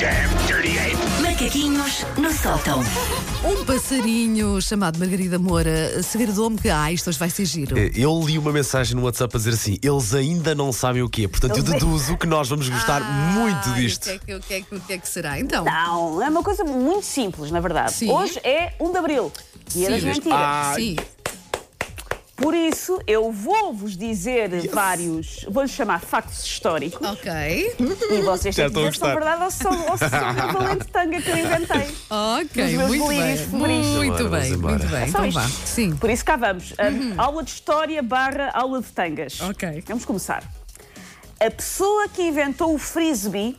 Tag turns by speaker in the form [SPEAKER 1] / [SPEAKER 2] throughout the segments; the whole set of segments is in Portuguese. [SPEAKER 1] damn dirty ape!
[SPEAKER 2] Macaquinhos no sótão.
[SPEAKER 3] Um passarinho chamado Margarida Moura segredou-me que, ah, isto hoje vai ser giro.
[SPEAKER 4] Eh, Eu li uma mensagem no WhatsApp a dizer assim: eles ainda não sabem o que é. Portanto, eu deduzo que nós vamos gostar muito
[SPEAKER 3] Ai,
[SPEAKER 4] disto.
[SPEAKER 3] O que, Ah, é que, o, que é que, o que é que será? Então,
[SPEAKER 5] Não, é uma coisa muito simples, na verdade.
[SPEAKER 3] Sim.
[SPEAKER 5] Hoje é 1 de Abril, dia das
[SPEAKER 3] Sim.
[SPEAKER 5] mentiras.
[SPEAKER 4] Ah.
[SPEAKER 3] sim,
[SPEAKER 5] Por isso, eu vou-vos dizer vários, vou-lhes chamar factos históricos
[SPEAKER 3] ok,
[SPEAKER 5] e vocês
[SPEAKER 4] Já
[SPEAKER 5] têm
[SPEAKER 4] estou a
[SPEAKER 5] que dizer se são
[SPEAKER 4] gostar.
[SPEAKER 5] verdade ou se são, ou se são uma valente tanga que eu inventei. Nos
[SPEAKER 3] ok,
[SPEAKER 5] meus
[SPEAKER 3] muito bem,
[SPEAKER 5] delírios febris.
[SPEAKER 3] muito
[SPEAKER 4] Vamos embora,
[SPEAKER 3] bem,
[SPEAKER 4] vamos
[SPEAKER 3] muito
[SPEAKER 4] embora.
[SPEAKER 3] bem,
[SPEAKER 5] É
[SPEAKER 3] então
[SPEAKER 5] só isto.
[SPEAKER 3] vá, sim, Uhum.
[SPEAKER 5] Por isso cá vamos. A Aula de história barra aula de tangas.
[SPEAKER 3] Ok.
[SPEAKER 5] Vamos começar. A pessoa que inventou o frisbee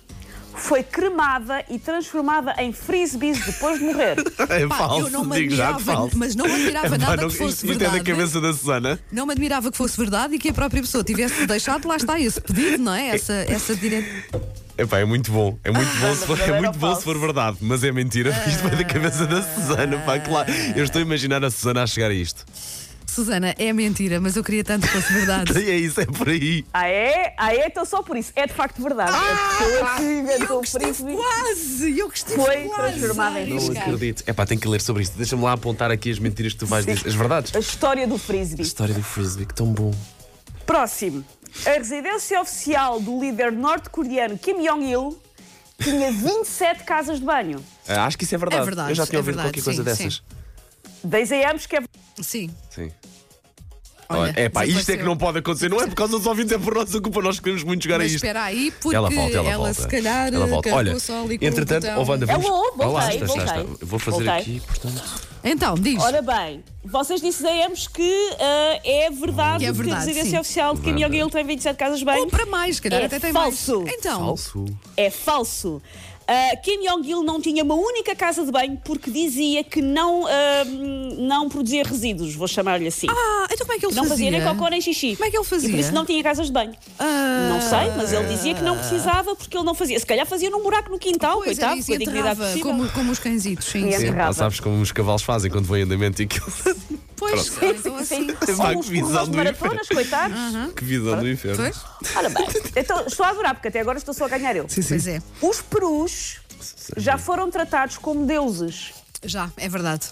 [SPEAKER 5] foi cremada e transformada em frisbees depois de morrer.
[SPEAKER 4] É
[SPEAKER 3] Pá,
[SPEAKER 4] falso,
[SPEAKER 3] eu não me
[SPEAKER 4] digo já de
[SPEAKER 3] admirava,
[SPEAKER 4] falso.
[SPEAKER 3] mas não me admirava
[SPEAKER 4] Epá,
[SPEAKER 3] nada
[SPEAKER 4] não-
[SPEAKER 3] que fosse
[SPEAKER 4] isto é da
[SPEAKER 3] verdade.
[SPEAKER 4] cabeça da Susana.
[SPEAKER 3] não me admirava que fosse verdade e que a própria pessoa tivesse deixado, lá está, esse pedido, não é? Essa, essa dire-
[SPEAKER 4] Epá, é muito bom. É muito
[SPEAKER 3] Ah,
[SPEAKER 4] bom, se for,
[SPEAKER 5] verdadeiro
[SPEAKER 4] é muito
[SPEAKER 5] ou
[SPEAKER 4] bom se
[SPEAKER 5] falso?
[SPEAKER 4] for verdade, mas é mentira. porque Isto foi da cabeça da Susana. Pá, claro. Eu estou a imaginar a Susana a chegar a isto.
[SPEAKER 3] Susana, é mentira, mas eu queria tanto que fosse verdade.
[SPEAKER 4] É isso, é por aí.
[SPEAKER 5] Ah é? Ah é? Então só por isso. É de facto verdade. a pessoa que inventou
[SPEAKER 3] Eu
[SPEAKER 5] o
[SPEAKER 3] que estive
[SPEAKER 5] frisbee...
[SPEAKER 3] quase, eu que estive
[SPEAKER 5] Foi
[SPEAKER 3] quase.
[SPEAKER 5] transformada em
[SPEAKER 3] a
[SPEAKER 4] Não
[SPEAKER 5] risco.
[SPEAKER 3] arriscar.
[SPEAKER 4] acredito. Epá, tenho que ler sobre isto. Deixa-me lá apontar aqui as mentiras que tu vais dizer. As verdades.
[SPEAKER 5] A história do frisbee.
[SPEAKER 4] História do Frisbee, que tão bom.
[SPEAKER 5] Próximo. A residência oficial do líder norte-coreano Kim Jong-il tinha 27 casas de banho.
[SPEAKER 4] Ah, acho que isso é verdade.
[SPEAKER 3] É verdade,
[SPEAKER 4] Eu já tinha
[SPEAKER 3] é
[SPEAKER 4] ouvido
[SPEAKER 3] verdade,
[SPEAKER 4] qualquer coisa
[SPEAKER 3] sim,
[SPEAKER 4] dessas.
[SPEAKER 3] sim.
[SPEAKER 5] Dizem ambos que é
[SPEAKER 3] Sim.
[SPEAKER 4] Sim.
[SPEAKER 3] Olha,
[SPEAKER 4] é pá, isto é
[SPEAKER 3] desapareceu.
[SPEAKER 4] que não pode acontecer. Não é por causa dos ouvintes, é por nossa culpa. Nós queremos muito jogar
[SPEAKER 3] Mas
[SPEAKER 4] a isto.
[SPEAKER 3] espera aí, porque
[SPEAKER 4] ela volta, ela, volta.
[SPEAKER 3] se calhar
[SPEAKER 4] ela volta.
[SPEAKER 3] carregou
[SPEAKER 4] Olha,
[SPEAKER 3] só ali com o
[SPEAKER 4] entretanto,
[SPEAKER 3] botão.
[SPEAKER 4] ó Wanda, vamos.
[SPEAKER 5] Alô, voltei,
[SPEAKER 4] Ó lá, está, está, está.
[SPEAKER 5] voltei.
[SPEAKER 4] Vou fazer
[SPEAKER 5] Voltei.
[SPEAKER 4] aqui, portanto.
[SPEAKER 3] Então, diz.
[SPEAKER 5] Ora bem, vocês dizem ambos que ah, é verdade
[SPEAKER 3] Que é verdade,
[SPEAKER 5] a residência
[SPEAKER 3] sim.
[SPEAKER 5] oficial de Kim Jong-il tem 27 casas de banho.
[SPEAKER 3] Ou para mais, se calhar
[SPEAKER 5] É
[SPEAKER 3] até tem
[SPEAKER 5] falso.
[SPEAKER 3] mais. Então,
[SPEAKER 4] Falso.
[SPEAKER 5] É falso. Ah, Kim Jong-il não tinha uma única casa de banho porque dizia que não, ah, não produzia resíduos, vou chamar-lhe assim.
[SPEAKER 3] ah, então como é que ele
[SPEAKER 5] não
[SPEAKER 3] fazia?
[SPEAKER 5] fazia nem cocô nem xixi.
[SPEAKER 3] Como é que ele
[SPEAKER 5] E por
[SPEAKER 3] fazia?
[SPEAKER 5] isso não tinha casas de banho.
[SPEAKER 3] Ah.
[SPEAKER 5] Não sei, mas ele dizia que não precisava porque ele não fazia. Se calhar fazia num buraco no quintal,
[SPEAKER 3] Pois,
[SPEAKER 5] coitado,
[SPEAKER 3] era isso,
[SPEAKER 5] com a dignidade
[SPEAKER 3] entrava,
[SPEAKER 5] possível.
[SPEAKER 3] como, como os cãezitos, sim.
[SPEAKER 5] E
[SPEAKER 3] sim.
[SPEAKER 5] entra-
[SPEAKER 4] Ah,
[SPEAKER 5] Errava.
[SPEAKER 4] sabes como os cavalos fazem quando vão em andamento e aquilo.
[SPEAKER 3] Pois,
[SPEAKER 5] Sim,
[SPEAKER 3] então
[SPEAKER 5] sim,
[SPEAKER 3] assim.
[SPEAKER 5] sim.
[SPEAKER 4] Pá,
[SPEAKER 5] Ou
[SPEAKER 4] que
[SPEAKER 5] uns
[SPEAKER 4] visão
[SPEAKER 5] corredores de
[SPEAKER 4] do
[SPEAKER 5] maratonas, coitados.
[SPEAKER 4] que visão do inferno.
[SPEAKER 3] Pois,
[SPEAKER 5] Ora bem, então, estou a adorar porque até agora estou só a ganhar eu.
[SPEAKER 3] pois é,
[SPEAKER 5] Os perus
[SPEAKER 4] é. Uhum.
[SPEAKER 5] já foram tratados como deuses.
[SPEAKER 3] já, é verdade.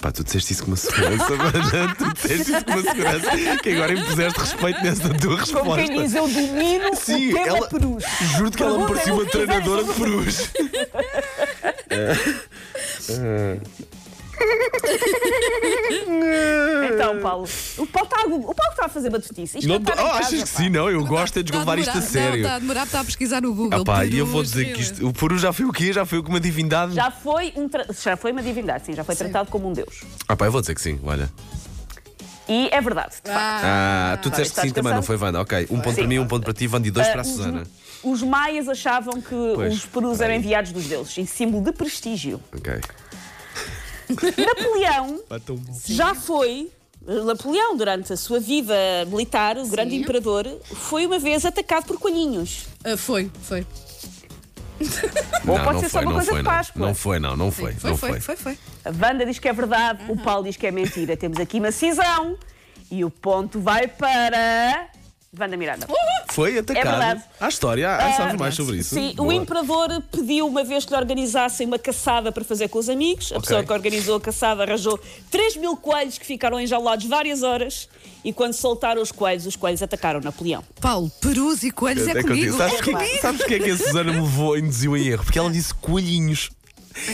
[SPEAKER 4] Pá, tu disseste isso com uma segurança, Wanda. Tu disseste isso com uma segurança. Que agora impuseste respeito nessa tua
[SPEAKER 5] Como
[SPEAKER 4] resposta.
[SPEAKER 5] quem diz, eu domino
[SPEAKER 4] Sim,
[SPEAKER 5] o tema
[SPEAKER 4] ela-
[SPEAKER 5] perus.
[SPEAKER 4] Juro que ela me
[SPEAKER 5] Pergunta
[SPEAKER 4] parecia
[SPEAKER 5] é
[SPEAKER 4] uma
[SPEAKER 5] o que quiser.
[SPEAKER 4] treinadora de perus.
[SPEAKER 5] Então, Paulo, o Paulo está a, Google- o Paulo está a fazer batutice. Isto
[SPEAKER 4] Não,
[SPEAKER 5] é estar em
[SPEAKER 4] oh,
[SPEAKER 5] casa,
[SPEAKER 4] achas que
[SPEAKER 5] pá.
[SPEAKER 4] sim? Não, eu gosto é de
[SPEAKER 3] Está
[SPEAKER 4] levar isto a
[SPEAKER 3] demorar- Não,
[SPEAKER 4] sério.
[SPEAKER 3] está a demorar, está a pesquisar no Google.
[SPEAKER 4] Ah pá, e eu
[SPEAKER 3] Perus,
[SPEAKER 4] vou dizer que
[SPEAKER 3] Perus.
[SPEAKER 4] isto. O Peru já foi o quê? Já foi com uma divindade?
[SPEAKER 5] Já foi, um tra- já foi uma divindade, sim, já foi tratado como um deus.
[SPEAKER 4] Ah pá, eu vou dizer que sim, olha.
[SPEAKER 5] E é verdade, de facto.
[SPEAKER 3] Ah,
[SPEAKER 4] Ah, tu disseste que
[SPEAKER 5] estás
[SPEAKER 4] sim também,
[SPEAKER 5] cansado? Ah,
[SPEAKER 4] não foi, Wanda? Ok, um ponto para mim, um ponto para ti, Wanda, e dois para a
[SPEAKER 5] os-
[SPEAKER 4] Susana.
[SPEAKER 5] Os maias achavam que
[SPEAKER 4] Pois,
[SPEAKER 5] os perus
[SPEAKER 4] peraí.
[SPEAKER 5] eram enviados dos deuses, em símbolo de prestígio.
[SPEAKER 4] Ok.
[SPEAKER 5] Napoleão
[SPEAKER 4] Pá, tão bom.
[SPEAKER 5] já foi. Napoleão, durante a sua vida militar, o grande imperador, foi uma vez atacado por coelhinhos.
[SPEAKER 3] ah, foi, foi.
[SPEAKER 5] Ou
[SPEAKER 4] Não,
[SPEAKER 5] pode
[SPEAKER 4] não
[SPEAKER 5] ser só
[SPEAKER 4] foi,
[SPEAKER 5] uma
[SPEAKER 4] não
[SPEAKER 5] coisa
[SPEAKER 4] foi,
[SPEAKER 5] de
[SPEAKER 4] não.
[SPEAKER 5] Páscoa.
[SPEAKER 4] Não foi, não, não foi.
[SPEAKER 3] Foi,
[SPEAKER 4] não
[SPEAKER 3] foi, foi, foi.
[SPEAKER 5] A Wanda diz que é verdade, o Paulo diz que é mentira. Temos aqui uma cisão e o ponto vai para. Wanda Miranda.
[SPEAKER 4] Foi atacado.
[SPEAKER 5] É verdade.
[SPEAKER 4] À história, ah,
[SPEAKER 5] É,
[SPEAKER 4] sabes mais sobre isso?
[SPEAKER 5] Sim,
[SPEAKER 4] Boa.
[SPEAKER 5] o imperador pediu uma vez que lhe organizassem uma caçada para fazer com os amigos. A
[SPEAKER 4] Ok.
[SPEAKER 5] pessoa que organizou a caçada arranjou 3 mil coelhos que ficaram enjaulados várias horas. E quando soltaram os coelhos, os coelhos atacaram Napoleão.
[SPEAKER 3] Paulo, perus e coelhos é,
[SPEAKER 4] É contigo.
[SPEAKER 3] comigo.
[SPEAKER 4] Sabes porquê sabes porquê é que a Susana me levou, induziu em erro? Porque ela disse coelhinhos.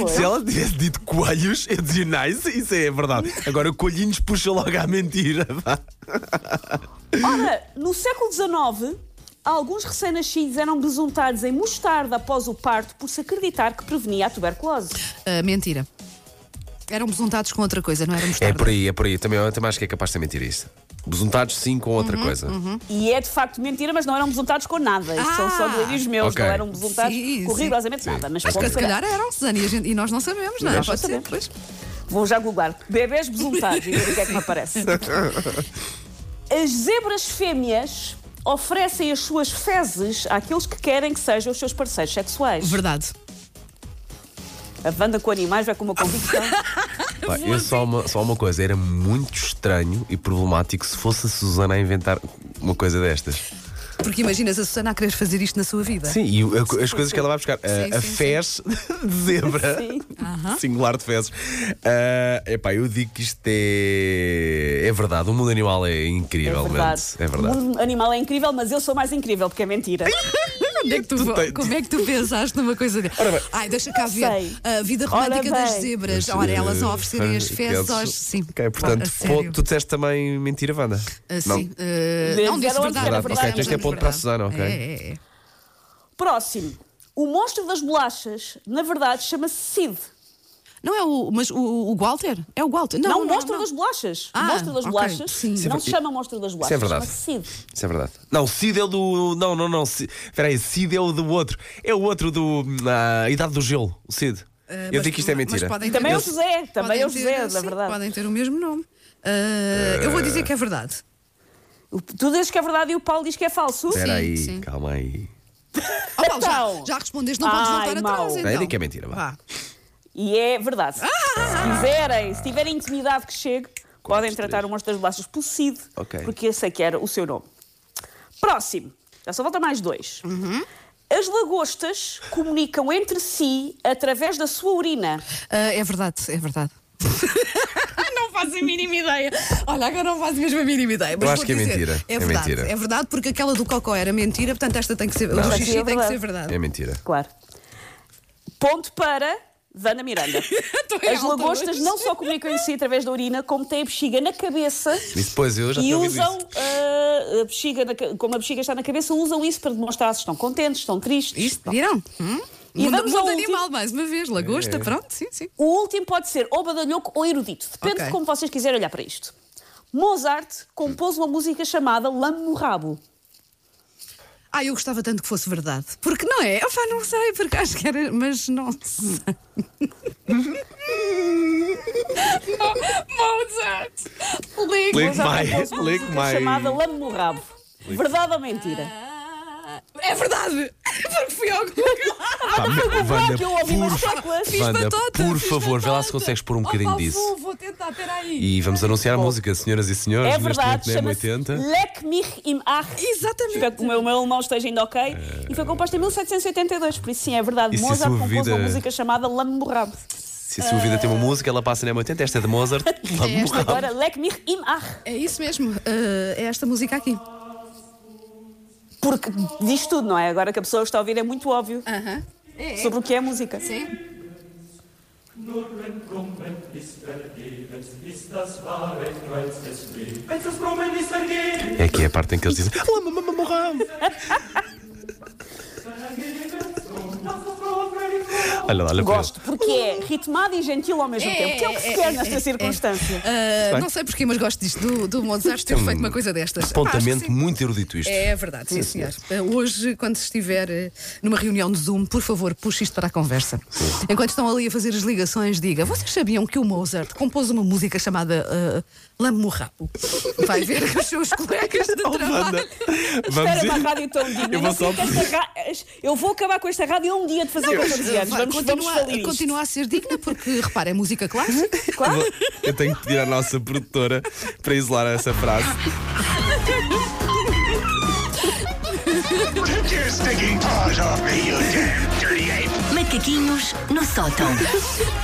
[SPEAKER 4] Se ela tivesse dito coelhos, eu dizia, não, isso, isso é verdade. Agora, coelhinhos puxa logo à mentira. vá.
[SPEAKER 5] Ora, no século XIX, alguns recém-nascidos eram besuntados em mostarda após o parto por se acreditar que prevenia a tuberculose.
[SPEAKER 3] Ah, mentira. Eram besuntados com outra coisa, não éramos
[SPEAKER 4] É por aí, é por aí. Também, eu também acho que é capaz de mentir isto. Besuntados, sim, com outra
[SPEAKER 3] Uhum,
[SPEAKER 4] coisa.
[SPEAKER 5] E é de facto mentira, mas não eram besuntados com nada. Isto são só
[SPEAKER 3] Ah,
[SPEAKER 5] delírios meus,
[SPEAKER 4] ok.
[SPEAKER 5] não eram besuntados
[SPEAKER 3] Sim,
[SPEAKER 5] com
[SPEAKER 3] sim.
[SPEAKER 5] rigorosamente nada. Mas
[SPEAKER 3] Mas
[SPEAKER 5] pode
[SPEAKER 3] se
[SPEAKER 5] ser.
[SPEAKER 3] calhar eram, Susana, e, a gente- e nós não sabemos, não é?
[SPEAKER 5] Nós não
[SPEAKER 3] Pode ser,
[SPEAKER 5] sabemos.
[SPEAKER 3] pois.
[SPEAKER 5] Vou já googlar. Bebês besuntados e ver o que é que me aparece. As zebras fêmeas oferecem as suas fezes àqueles que querem que sejam os seus parceiros sexuais.
[SPEAKER 3] Verdade.
[SPEAKER 5] A banda com animais vai com uma convicção.
[SPEAKER 4] Pá, eu
[SPEAKER 3] assim.
[SPEAKER 4] só uma, só uma coisa, era muito estranho e problemático se fosse a Susana a inventar uma coisa destas.
[SPEAKER 3] Porque imaginas a Susana a querer fazer isto na sua vida.
[SPEAKER 4] Sim, e o- a- as coisas que ela vai buscar.
[SPEAKER 3] Sim,
[SPEAKER 4] a a
[SPEAKER 3] sim, sim.
[SPEAKER 4] fez de zebra.
[SPEAKER 5] Sim.
[SPEAKER 4] Singular de fezes. Ah, epá, eu digo que isto é. É verdade. O mundo animal é
[SPEAKER 5] É
[SPEAKER 4] incrivelmente.
[SPEAKER 5] verdade.
[SPEAKER 4] É verdade.
[SPEAKER 5] O animal é incrível, mas eu sou mais incrível, porque é mentira.
[SPEAKER 3] Onde é que tu-
[SPEAKER 4] Tu tens-
[SPEAKER 3] como é que tu pensaste numa coisa dele?
[SPEAKER 4] Ora bem.
[SPEAKER 3] Ai, deixa cá ver.
[SPEAKER 5] sei.
[SPEAKER 3] A vida
[SPEAKER 5] Ora
[SPEAKER 3] romântica das
[SPEAKER 5] bem.
[SPEAKER 3] zebras. Ora, elas a oferecerem as fezes aos. Sim.
[SPEAKER 4] Ok,
[SPEAKER 3] A
[SPEAKER 4] portanto,
[SPEAKER 3] sério.
[SPEAKER 4] pô, tu disseste também mentira, Wanda.
[SPEAKER 3] Ah, sim.
[SPEAKER 4] Não.
[SPEAKER 3] Ah,
[SPEAKER 5] Zero
[SPEAKER 3] não, disse
[SPEAKER 5] ou
[SPEAKER 3] verdade.
[SPEAKER 5] zero,
[SPEAKER 3] agora
[SPEAKER 5] ok,
[SPEAKER 3] dissemos
[SPEAKER 5] este é
[SPEAKER 4] ponto para a Susana, ok.
[SPEAKER 3] É, é, é.
[SPEAKER 5] Próximo. O monstro das bolachas, na verdade, chama-se Sid.
[SPEAKER 3] Não é o. Mas o, o Walter? É o Walter. Não,
[SPEAKER 5] Não,
[SPEAKER 3] não,
[SPEAKER 5] monstro
[SPEAKER 3] não.
[SPEAKER 5] das bolachas.
[SPEAKER 3] Ah,
[SPEAKER 5] monstro das
[SPEAKER 3] ok,
[SPEAKER 5] bolachas
[SPEAKER 3] sim.
[SPEAKER 5] não
[SPEAKER 4] Isso é-
[SPEAKER 5] se chama monstro das bolachas,
[SPEAKER 4] Isso é verdade.
[SPEAKER 5] chama-se Sid.
[SPEAKER 4] Isso é verdade. Não, Cid é o do. Não, não, não. Cid- Espera aí, Cid é o do outro. É o outro do. Na Idade do Gelo, o Cid.
[SPEAKER 3] Ah,
[SPEAKER 4] eu
[SPEAKER 3] mas-
[SPEAKER 4] digo que isto é
[SPEAKER 3] mas
[SPEAKER 4] mentira.
[SPEAKER 3] podem ter-
[SPEAKER 5] Também é o José, também é o
[SPEAKER 3] podem
[SPEAKER 5] José,
[SPEAKER 3] ter-
[SPEAKER 5] na
[SPEAKER 3] sim,
[SPEAKER 5] verdade.
[SPEAKER 3] Podem ter o mesmo nome. Ah, Eu vou dizer que é verdade.
[SPEAKER 5] Tu dizes que é verdade e o Paulo diz que é falso.
[SPEAKER 4] Espera
[SPEAKER 3] Sim,
[SPEAKER 4] aí,
[SPEAKER 3] sim.
[SPEAKER 4] calma aí.
[SPEAKER 3] Oh, Paulo, já,
[SPEAKER 5] Então.
[SPEAKER 3] já respondeste, não podes
[SPEAKER 5] Ai,
[SPEAKER 3] voltar
[SPEAKER 5] mau.
[SPEAKER 3] atrás.
[SPEAKER 5] Não,
[SPEAKER 3] Então.
[SPEAKER 4] eu digo que é mentira, vá. Ah.
[SPEAKER 3] Vá.
[SPEAKER 5] E é verdade.
[SPEAKER 3] Ah!
[SPEAKER 5] Se quiserem, se tiverem intimidade que chegue, podem tratar o monstro das bolachas por Cid,
[SPEAKER 4] é Ok.
[SPEAKER 5] porque eu sei que era o seu nome. Próximo. Já só falta mais dois.
[SPEAKER 3] Uhum.
[SPEAKER 5] As lagostas comunicam entre si através da sua urina.
[SPEAKER 3] Ah, é verdade, é verdade. não faço a mínima ideia. Olha, agora não faço mesmo a mínima ideia. Mas
[SPEAKER 4] Eu acho
[SPEAKER 3] vou
[SPEAKER 4] que é
[SPEAKER 3] dizer,
[SPEAKER 4] mentira,
[SPEAKER 3] É
[SPEAKER 4] é
[SPEAKER 3] verdade,
[SPEAKER 4] mentira.
[SPEAKER 3] é verdade, porque aquela do Cocó era mentira, portanto esta tem que ser.
[SPEAKER 4] Não.
[SPEAKER 3] O
[SPEAKER 5] Sim,
[SPEAKER 3] xixi
[SPEAKER 5] é
[SPEAKER 3] tem que ser
[SPEAKER 5] verdade.
[SPEAKER 3] verdade.
[SPEAKER 4] É mentira.
[SPEAKER 5] Claro. Ponto para Dana Miranda.
[SPEAKER 3] Estou em Então é
[SPEAKER 4] É.
[SPEAKER 5] As
[SPEAKER 3] alta
[SPEAKER 5] lagostas
[SPEAKER 3] hoje.
[SPEAKER 5] não só comunicam em si através da urina, como têm a bexiga na cabeça.
[SPEAKER 4] E depois eu já
[SPEAKER 5] e
[SPEAKER 4] tinha ouvido
[SPEAKER 5] usam
[SPEAKER 4] isso.
[SPEAKER 5] ah, a bexiga, na ca- como a bexiga está na cabeça, usam isso para demonstrar se estão contentes, estão tristes.
[SPEAKER 3] Isto,
[SPEAKER 5] Bom,
[SPEAKER 3] viram? Hum?
[SPEAKER 5] E
[SPEAKER 3] mundo
[SPEAKER 5] vamos
[SPEAKER 3] mundo
[SPEAKER 5] ao último.
[SPEAKER 3] animal, mais uma vez.
[SPEAKER 4] É.
[SPEAKER 3] Lagosta, pronto, sim, sim.
[SPEAKER 5] O último pode ser ou badalhoco ou erudito. Depende
[SPEAKER 3] Ok.
[SPEAKER 5] de como vocês quiserem olhar para isto. Mozart compôs uma música chamada Lame no Rabo.
[SPEAKER 3] Ah, eu gostava tanto que fosse verdade. Porque não é? Opa, não sei, porque acho que era. Mas não sei. Mozart! Ligo.
[SPEAKER 4] Ligo.
[SPEAKER 5] Mozart
[SPEAKER 4] mais,
[SPEAKER 5] compôs uma
[SPEAKER 4] ligue
[SPEAKER 5] música
[SPEAKER 4] mais.
[SPEAKER 5] chamada Lame no Rabo. Verdade ou mentira?
[SPEAKER 3] Ah, É verdade! Porque fui ao Google.
[SPEAKER 4] Pá,
[SPEAKER 5] foi
[SPEAKER 4] Wanda,
[SPEAKER 5] bom que eu ouvi umas
[SPEAKER 4] por-
[SPEAKER 5] teclas.
[SPEAKER 3] Fiz
[SPEAKER 4] Ah, tá. Wanda,
[SPEAKER 3] batota,
[SPEAKER 4] por
[SPEAKER 3] fiz
[SPEAKER 4] favor, vê lá se
[SPEAKER 3] batota.
[SPEAKER 4] consegues pôr um
[SPEAKER 3] Oh,
[SPEAKER 4] bocadinho
[SPEAKER 3] Paulo,
[SPEAKER 4] disso.
[SPEAKER 3] Vou, vou tentar, peraí.
[SPEAKER 4] E vamos anunciar a música, senhoras e senhores.
[SPEAKER 5] É
[SPEAKER 4] neste
[SPEAKER 5] verdade,
[SPEAKER 4] momento
[SPEAKER 5] chama-se
[SPEAKER 4] na M80.
[SPEAKER 5] Leck mich im Ach.
[SPEAKER 3] Exatamente.
[SPEAKER 5] Espero que o meu, o meu alemão esteja ainda ok. E foi composta em 1782, por isso sim, é verdade.
[SPEAKER 4] É. E se a
[SPEAKER 5] Mozart
[SPEAKER 4] sua
[SPEAKER 5] compôs
[SPEAKER 4] vida-
[SPEAKER 5] uma música chamada Lame no Rabo.
[SPEAKER 4] Se a sua vida tem uma
[SPEAKER 3] Ah.
[SPEAKER 4] música, ela passa na M80. Esta é de Mozart. Vamos
[SPEAKER 3] esta
[SPEAKER 4] lá.
[SPEAKER 5] Agora, Leck mich im Ach.
[SPEAKER 3] É isso mesmo. ah, é esta música aqui.
[SPEAKER 5] Porque diz tudo, não é? Agora que a pessoa está a ouvir é muito óbvio
[SPEAKER 3] Aham. É, é.
[SPEAKER 5] sobre o que é a música.
[SPEAKER 3] Sim.
[SPEAKER 1] Nur wenn Brummen ist vergebens, ist das wahre Kreuz des Lebens. Wenn das Brummen ist vergebens,
[SPEAKER 4] É aqui a parte em que eles dizem. Olha lá, olha para ele.
[SPEAKER 5] Gosto, porque é ritmado e gentil ao mesmo
[SPEAKER 3] É,
[SPEAKER 5] tempo, que é o que se
[SPEAKER 3] é,
[SPEAKER 5] quer
[SPEAKER 3] é,
[SPEAKER 5] nesta
[SPEAKER 3] é,
[SPEAKER 5] circunstância.
[SPEAKER 3] Ah, não sei porquê, mas gosto disto, do, do Mozart ter feito uma coisa destas. Ah, acho que
[SPEAKER 4] É um Apontamento
[SPEAKER 3] sim.
[SPEAKER 4] muito erudito isto.
[SPEAKER 3] É verdade, sim, senhor. Eh, Hoje, quando se estiver eh, numa reunião de Zoom, por favor, puxe isto para a conversa. Enquanto estão ali a fazer as ligações, diga: vocês sabiam que o Mozart compôs uma música chamada eh, Lame-me o Rabo? Vai ver que os seus colegas de
[SPEAKER 4] Oh, Wanda,
[SPEAKER 3] trabalho.
[SPEAKER 4] vamos
[SPEAKER 5] Espera uma
[SPEAKER 4] ir.
[SPEAKER 5] rádio tão digna.
[SPEAKER 4] Eu
[SPEAKER 5] Eu,
[SPEAKER 4] vou
[SPEAKER 5] não
[SPEAKER 4] só.
[SPEAKER 5] sei que esta ra- eu vou acabar com esta rádio um dia de fazer 14 anos. Vamos, vamos
[SPEAKER 3] continua,
[SPEAKER 5] falir isto.
[SPEAKER 3] continua a ser digna, porque repara, é música clássica.
[SPEAKER 4] Eu vou- Eu tenho que pedir à nossa produtora para isolar essa frase.
[SPEAKER 6] Take your stinking paws off me, you damn dirty ape!
[SPEAKER 2] Macaquinhos no sótão.